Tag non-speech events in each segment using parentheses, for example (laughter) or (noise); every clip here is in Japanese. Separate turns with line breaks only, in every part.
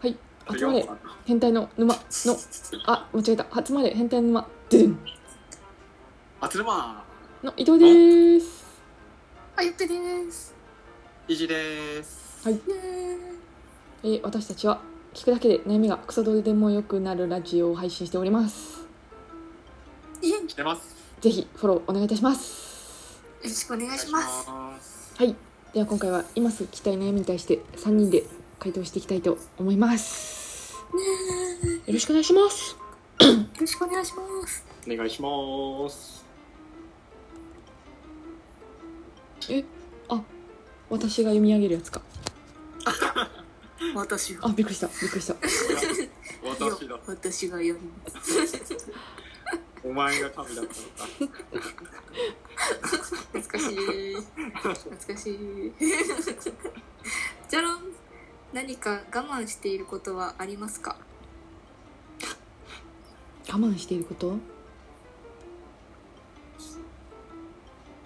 はい集
違
ま
う
れ
かな
変態の沼のあ間違えた集まれ変態の沼ででん
あつるま
の伊藤です
あゆっぺです。
ーいじです
はい
ねー
えー私たちは聞くだけで悩みがクソどうでもよくなるラジオを配信しております
イエイよ
してます
ぜひフォローお願いいたします
ろしくお願いし
お
ます。
願いします
はいでは今回は今すぐ聞きたい悩みに対して3人で回答していきたいと思います
ねーよ
よろしくお願いします
ろしくお願いします。
お願いします
私が読み上げるやつか
私が
あびっくりしたびっくりした
私だ
私がやります。
お前が神だったの
懐かしい。懐かしい。 (laughs) じゃろん。何か我慢していることはありますか。
我慢していること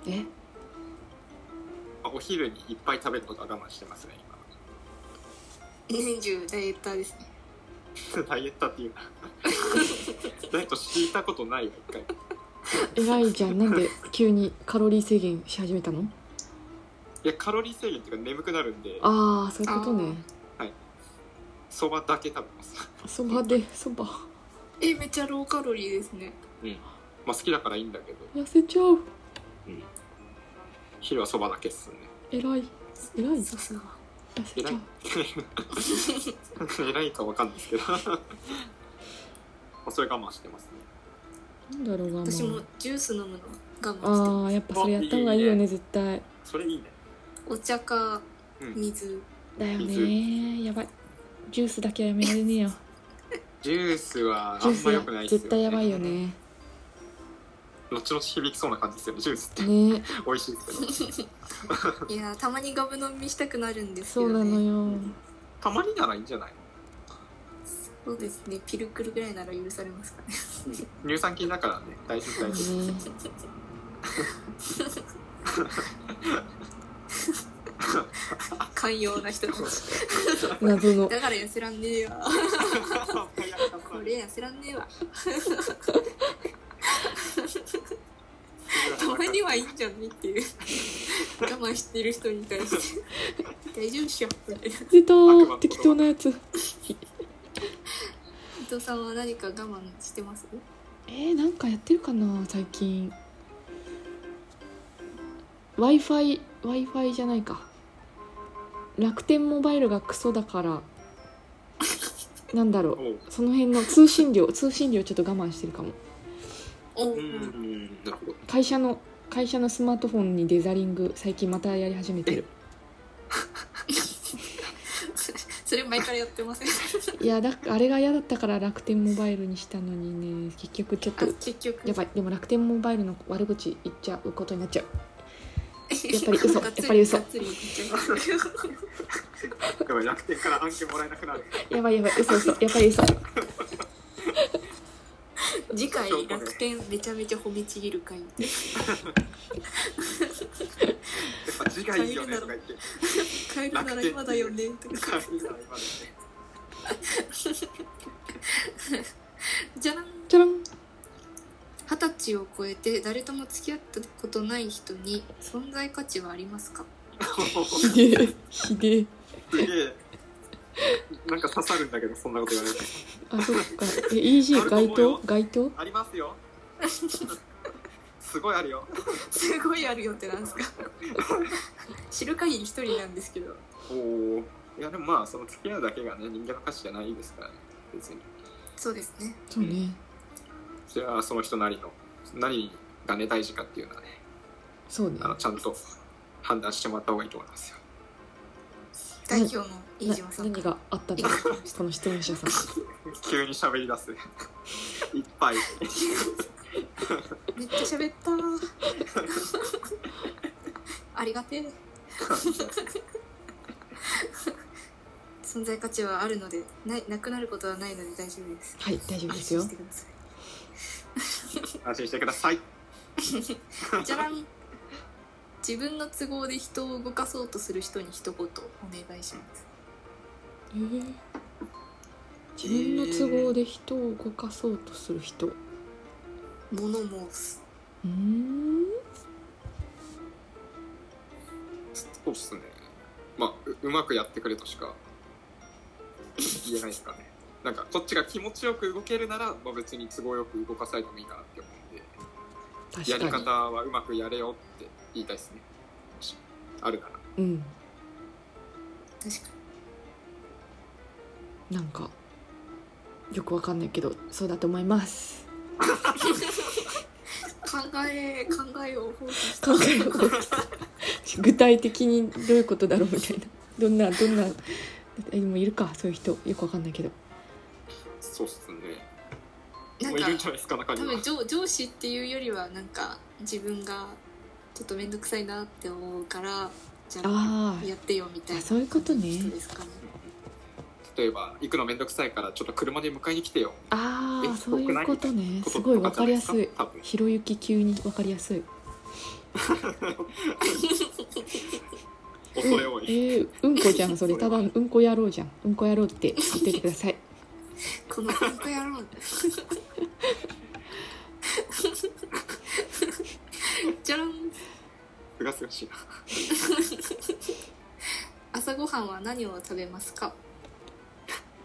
え
かお昼にいっぱい食べることは我慢してますね
年中ダイエッターですね。
今 (laughs) ダイエットっ
(laughs)
ていうかダイエットしたことないよ一回
偉いじゃんなんで急にカロリー制限し始めたの
いやカロリー制限っていうか眠くなるんで
ああそういうことね
そばだけ食べます
そばでそば
え、めっちゃローカロリーですね。
まあ好きだからいいんだけど
痩せちゃう
昼はそばだけっすね
偉い偉い痩
さすが。
せち
(laughs)
ゃう
偉いかわかんないですけどまあそれ我慢してますね
なんだろう我
私も
慢
ジュース飲むの我慢して
ああやっぱそれやった方がいいよね絶対
それいいね
お茶か
うん
水、
だよねやばいジュースだけはやめられねえよ
ジュースは
ジ
あ
ュ
んま良くない
ース
ですよ、ね、
絶対やばいよね
後々響きそうな感じですよねジュースって
ね
美味しいですけど
いやーたまにガブ飲みしたくなるんです
そ
よ
う
ね
なのよ
たまにならいいんじゃない
そうですねピルクルぐらいなら許されますかね
乳酸菌だからね大事大事
ね
寛容な人たち
謎の
だから痩せらんねえよこ
(laughs) こ
れ痩せらんねえわたまにはいいんじゃないっていう我慢してる人に対して大丈夫っしょみたいな
出たー適当なやつ
伊藤さんは何か我慢してます
えー、なんかやってるかな最近 w i f i w i f i じゃないか楽天モバイルがクソだからなんだろう
おう
その辺の通信料通信料ちょっと我慢してるかも
お
うんなるほど
会社の会社のスマートフォンにデザリング最近またやり始めてる
それ前からやってません
いやだあれが嫌だったから楽天モバイルにしたのにね結局ちょっ
あ
と
(laughs) 結局
やばいでも楽天モバイルの悪口言っちゃうことになっちゃうやっぱり
(laughs)
嘘
がつ
やっぱり嘘
がつり言っちゃいます
でも楽天から案件もらえなくなる
やばいやばい嘘嘘やっぱり嘘
次回楽天めちゃめちゃ褒めちぎる会
やっぱ字がいいよねとか言って
買えるなら今だよねとか
いいなら今でね
じゃらん
じゃらん
二十歳を超えて誰とも付き合ったことない人に存在価値はありますか
ひでえひでえ
すげえなんか刺さるんだけどそんなこと言われて
あそっかえ EG 街頭街頭
ありますよすごいあるよ
すごいあるよってなんです (laughs) か知る限り一人なんですけど
おおいやでもまあその付き合うだけがね人間の価値じゃないですからね別に
そうですね
そうね
それはその人なりの何がね大事かっていうのはね
そうね
あのちゃんと判断してもらった方がいいと思いますよ
代表の
な
飯島さん
何があったのこの質問者さん
急に喋り出すいっぱい
めっちゃ喋
(laughs)
ったーありがてえ存在価値はあるのでないなくなることはないので大丈夫です
はい大丈夫ですよ
安心してください
安心してください
じゃらん自分の都合で人を動かそうとする人に一言お願いします
えー自分の都合で人を動かそうとする人う
物申す
ーん
そうっすねまあううまくやってくれとしか言えないですかねなんかこっちが気持ちよく動けるなら、まあ、別に都合よく動かされてもいいかなって思うんでやり
確かに
方はうまくやれよって言いたいですねもしあるなら
うん
確か
なんかよくわかんないけどそうだと思います
に考え考えを放棄し
考えを放棄する具体的にどういうことだろうみたいなどんなどんなえでもいるかそういう人よくわかんないけど
そうっすね
な
も
ん
うい
か
るんじゃないですか中に
多
は
分上上司っていうよりはなんか自分がちょっと面倒くさいなって思うからじゃあ
あー
やってよみたい
あ
な
そういうことね
人ですかね
例えば行くのめんどくさいからちょっと車で迎えに来てよ
ああ
え
そういうことね
僕
す
ない
ごいわかりやすい
多分
ひろゆき急にわかりやすい
恐れ多い、
えーうんこじゃんそれただのうんこ野郎じゃんうんこ野郎って言ってください
このなんかやろうじゃらん
すがすがしいな
朝ごはんは何を食べますか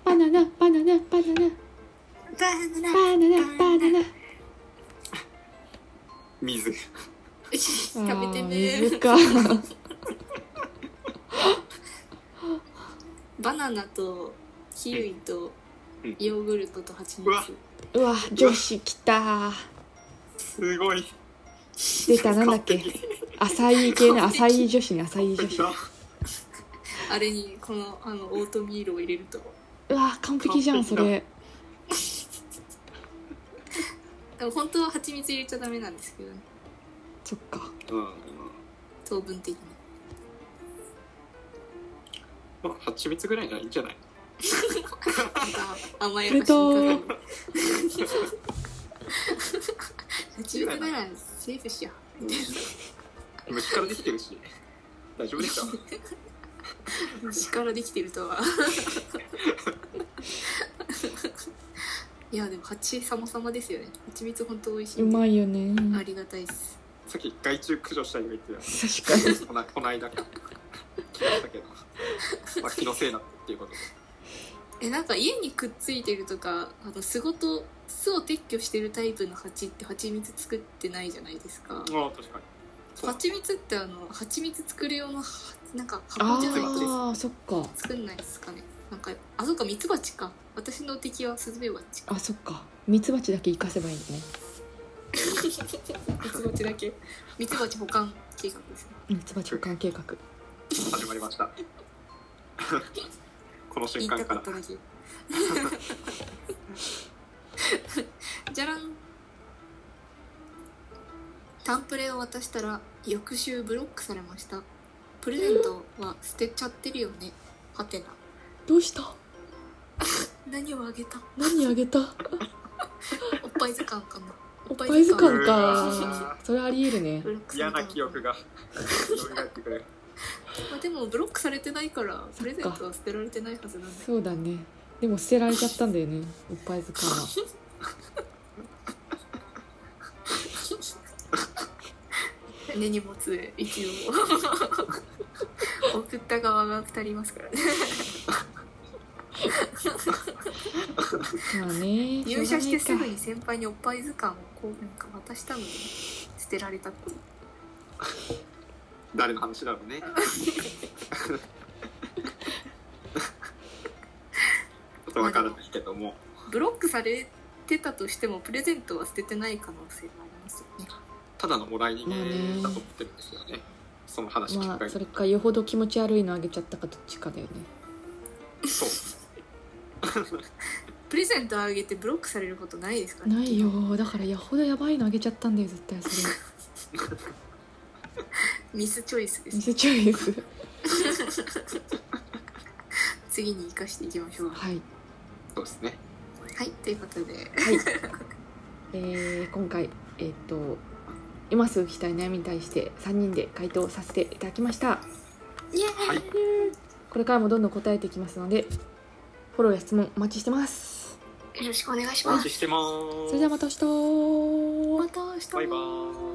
バナナバナナバナナ
バナナ
バナナバナナ
(laughs)
水
食べて
あー水
ね
か
バナナとキウイと
うん
ヨーグルトと蜂
うわ
蜜
うわ女子来た
すごい
出たなんだっ (laughs) け
完璧
浅い系ね
完璧
浅い女子ね浅い女子
あれにこのあのオートミールを入れると
うわ完璧じゃんそれ
でも本当は蜂蜜入れちゃダメなんですけどね
そっか
うんうん
糖分的に
まあ蜂蜜ぐらいならいいんじゃない
なんか甘やかしにかかる蜂蜜ならセーフっしよ
虫からできてるし大丈夫
(laughs)
でした
う虫からできてるとはいやでも蜂様様ですよね蜂蜜本当美味しいん
う
で
まいよね
ありがたいです
さっき害虫駆除したいとか言ってたよ
確 (laughs) かに
こなこの間聞きましたけど、まあ、気のせいなっていうことで
(laughs)
えなんか家にくっついてるとかあの巣ごと巣を撤去してるタイプの蜂って蜂蜜作ってないじゃないですか
ああ確かにそう
蜂蜜ってあの蜂蜜作る用のはなんか箱
あ
じゃないと
あーそっか
作んないですかねなんかあそうかミツバチか私の敵はスズメバ
(laughs)
チか
あそっかミツバチだけ生かせばいいんだね
ミツバチだけミツバチ保管計画ですね
ミツバチ保管計画
始まりましたこの
言
瞬
い
間
たから
か
っただけ (laughs) じゃらんタンプレを渡したら翌週ブロックされましたプレゼントは捨てちゃってるよねはてな
どうした
何をあげた
何あげた
おっぱい図鑑かな
おっぱい図鑑
う
か
わ
それありえるね
ブロックされ
嫌
たのか
な記憶が蘇ってくれ
まあ、でもブロックされてないからプレゼントは捨てられてないはずなんだけど
そうだねでも捨てられちゃったんだよねおっぱい図鑑は
根に持つ一応送った側が2人いますから
(laughs)
ね
まあね
(laughs) 入社してす
ょうが
ぐ
ない
に
か
先輩におっぱい図鑑をこうなんか渡したのに捨てられたっていう
誰の話だろうねちょっとわからないけども
ブロックされてたとしてもプレゼントは捨ててない可能性がありますよね
ただのもらい逃げだと思ってるんですよねその話聞く
ま
限
あ
り
それかよほど気持ち悪いのあげちゃったかどっちかだよね
そう
プレゼントあげてブロックされることないですからね
ないよだからよほどやばいのあげちゃったんだよ絶対そ
(laughs)
れ
ミスチョイスで
ミ (laughs)
す
スチョイス
次に生かしていきましょうは
はい、
そうですね
いということで
えー、今回えっ、と今すぐ聞きたい悩みに対して3人で回答させていただきました
イエーイ
はい
これからもどんどん答えていきますのでフォローや質問お待ちしてますよろしくお願いし
お
ま
待
す
ちしてます
それではまた明日
また明日
バイバーイ